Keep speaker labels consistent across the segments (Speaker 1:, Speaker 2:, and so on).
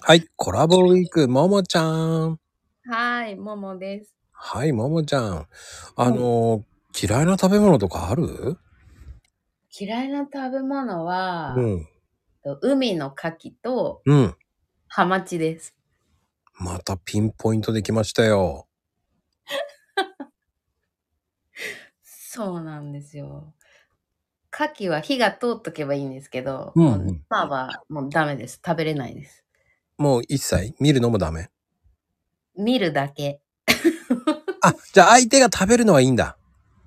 Speaker 1: はい、コラボウィーク、ももちゃん。
Speaker 2: はい、ももです。
Speaker 1: はい、ももちゃん。あ
Speaker 2: はい。
Speaker 1: の、嫌いな食べ物とかある
Speaker 2: 嫌いな食べ物
Speaker 1: う
Speaker 2: は、
Speaker 1: ん。
Speaker 2: と海の牡蠣と
Speaker 1: うん。
Speaker 2: ハマチです。
Speaker 1: またピンポイントできましたよ。
Speaker 2: そうなんですよ。牡蠣は火が通っとけばいいんですけど、
Speaker 1: うん
Speaker 2: も
Speaker 1: う
Speaker 2: う、
Speaker 1: ん。
Speaker 2: まあまあ、もうダメです。食べれないです。
Speaker 1: もう一切見るのもダメ。
Speaker 2: 見るだけ。
Speaker 1: あ、じゃあ相手が食べるのはいいんだ。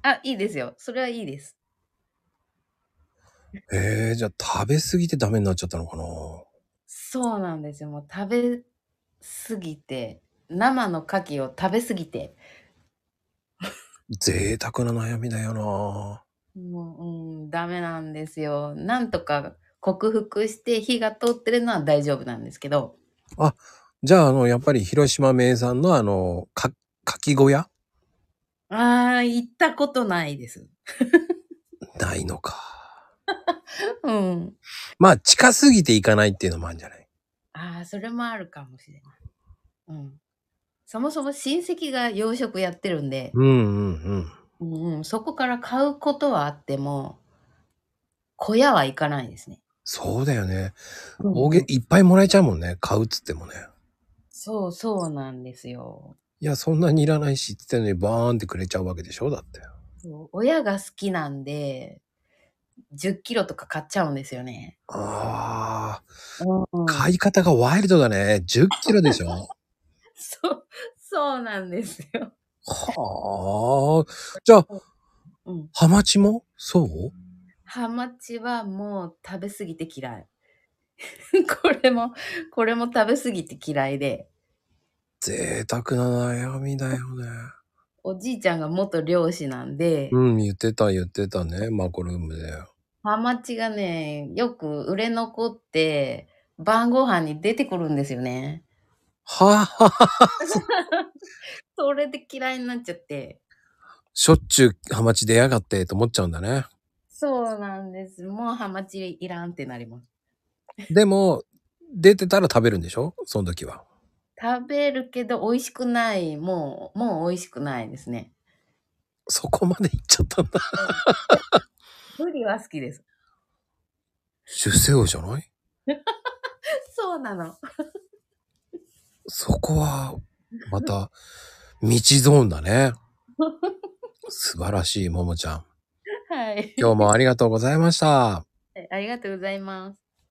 Speaker 2: あ、いいですよ。それはいいです。
Speaker 1: えー、じゃあ食べ過ぎてダメになっちゃったのかな
Speaker 2: そうなんですよ。もう食べすぎて、生の牡蠣を食べすぎて、
Speaker 1: 贅沢な悩みだよな
Speaker 2: もう、うん、ダメなんですよ。なんとか克服して火が通ってるのは大丈夫なんですけど、
Speaker 1: あ、じゃああの、やっぱり広島名産のあの、か、かき小屋
Speaker 2: ああ、行ったことないです。
Speaker 1: ないのか。
Speaker 2: うん。
Speaker 1: まあ近すぎていかないっていうのもあるんじゃない
Speaker 2: ああ、それもあるかもしれない。うん。そもそも親戚が洋食やってるんで、
Speaker 1: うんうんうん。
Speaker 2: うんうん、そこから買うことはあっても、小屋は行かないですね。
Speaker 1: そうだよね。
Speaker 2: うん
Speaker 1: 大
Speaker 2: う
Speaker 1: げ、
Speaker 2: ん。
Speaker 1: いっぱいもらえちゃうもんね。買うっつってもね。
Speaker 2: そうそうなんですよ。
Speaker 1: いや、そんなにいらないしっつってんのにバーンってくれちゃうわけでしょだって。
Speaker 2: そう親が好きなんで、10キロとか買っちゃうんですよね。
Speaker 1: ああ、
Speaker 2: うん。
Speaker 1: 買い方がワイルドだね。10キロでしょ
Speaker 2: そう、そうなんですよ。
Speaker 1: はあ。じゃあ、
Speaker 2: うん。
Speaker 1: ハマチもそう
Speaker 2: ハマチはもう食べ過ぎて嫌い。 これも、これも食べ過ぎて嫌いで、
Speaker 1: 贅沢な悩みだよね。
Speaker 2: おじいちゃんが元漁師なんで、
Speaker 1: うん、言ってた言ってたね。マコルームで。
Speaker 2: ハマチがね、よく売れ残って、晩ご飯に出てくるんですよね。
Speaker 1: はあ、そ
Speaker 2: それで嫌いになっちゃって。
Speaker 1: しょっちゅうハマチ出やがってと思っちゃうんだね。
Speaker 2: そうなんです。もうハマチいらんってなります。
Speaker 1: でも、出てたら食べるんでしょその時は。
Speaker 2: 食べるけど美味しくない。もう、もう美味しくないですね。
Speaker 1: そこまで行っちゃったん だ。
Speaker 2: うんブリは好きです。
Speaker 1: 出世魚じゃない
Speaker 2: そうなの。
Speaker 1: そこは、また、道ゾーンだね。素晴らしい、ももちゃん。
Speaker 2: はい。
Speaker 1: 今日もありがとうございました。
Speaker 2: ありがとうございます。